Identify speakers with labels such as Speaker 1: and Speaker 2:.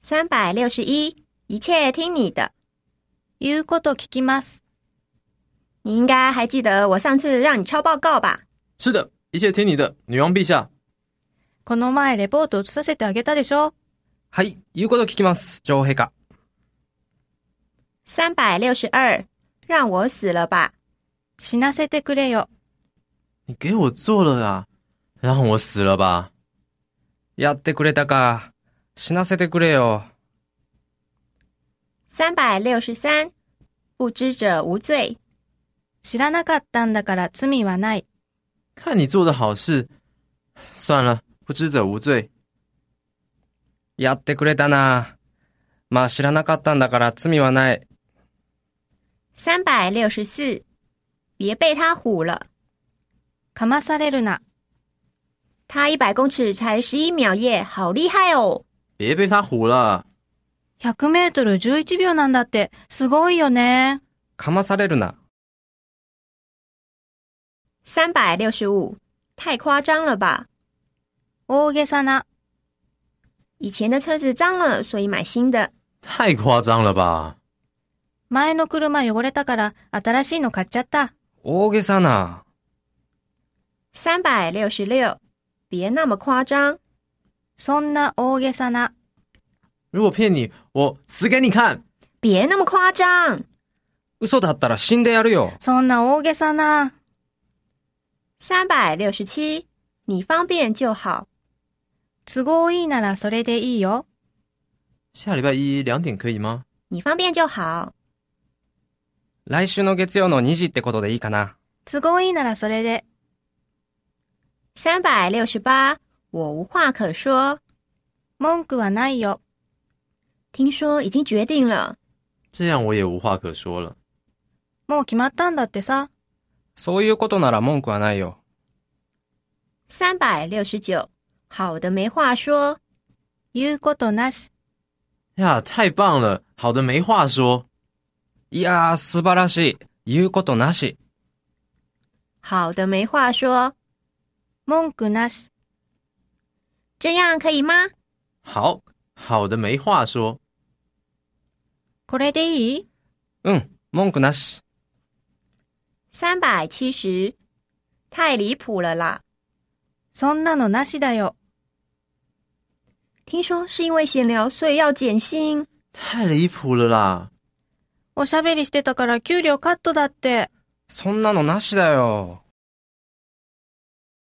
Speaker 1: 三百六十一，一切听你的。
Speaker 2: 言うこと聞きます。
Speaker 1: 你应该还记得我上次让你抄报告吧？
Speaker 3: 是的，一切听你的，女王陛下。
Speaker 2: この前レポート移させてあげたでしょ
Speaker 4: はい、言うこと聞きます、女王陛下。
Speaker 1: 三百六十二，让我死了吧。
Speaker 2: 死なせてくれよ。
Speaker 3: 你给我做了啊，让我死了吧！
Speaker 4: やってくれたか。死なせてくれよ。
Speaker 1: 三百六十三，不知者无罪。
Speaker 2: 知らなかったんだから罪はない。
Speaker 3: 看你做的好事，算了，不知者无罪。
Speaker 4: やってくれたな。まあ知らなかったんだから罪はない。
Speaker 1: 三百六十四，别被他唬了。
Speaker 2: かまされるな。
Speaker 1: 他一百公尺才十一秒耶，好厉害哦！
Speaker 3: 别被他唬了，
Speaker 2: 100メートル11秒なんだって、すごいよね。
Speaker 4: かまされるな。
Speaker 1: 三百六十五，太夸张了吧？
Speaker 2: 大げさな。
Speaker 1: 以前的车子脏了，所以买新的。
Speaker 3: 太夸张了吧！
Speaker 2: 前の車汚れたから新しいの買っちゃった。
Speaker 4: 大げさな。
Speaker 1: 三百六十六，别那么夸张。
Speaker 2: そんな大げさな。
Speaker 3: 如果骗你，我死给你看！
Speaker 1: 别那么夸张。
Speaker 4: 嘘だったら死んでやるよ。
Speaker 2: そんな大げさな。
Speaker 1: 三百六十七，你方便就好。
Speaker 2: 都合いいならそれでいいよ。
Speaker 3: 下礼拜一两点可以吗？
Speaker 1: 你方便就好。
Speaker 4: 来週の月曜の2時ってことでいいかな。
Speaker 2: 都合いいならそれで。
Speaker 1: 三百六十八，我无话可说。
Speaker 2: 文句はないよ。
Speaker 1: 听说已经决定了。
Speaker 3: 这样我也无话可说了。
Speaker 2: もう決まったんだってさ。
Speaker 4: そういうことなら文句はないよ。
Speaker 1: 三百六十九，好的没话说。
Speaker 2: 言うことなし。
Speaker 3: 呀，太棒了，好的没话说。
Speaker 4: いやー、素晴らしい。言うことなし。
Speaker 1: 好的没话说，
Speaker 2: 文句なし。
Speaker 1: 这样可以吗？
Speaker 3: 好，好的没话说。
Speaker 2: これでいい
Speaker 4: うん、文句なし。
Speaker 1: 三百七十，太离谱了啦！
Speaker 2: そんなのなしだよ。
Speaker 1: 听说是因为闲聊，所以要减薪。
Speaker 3: 太离谱了啦！
Speaker 2: おしゃべりしてたから給料カットだって。
Speaker 4: そんなのなしだよ。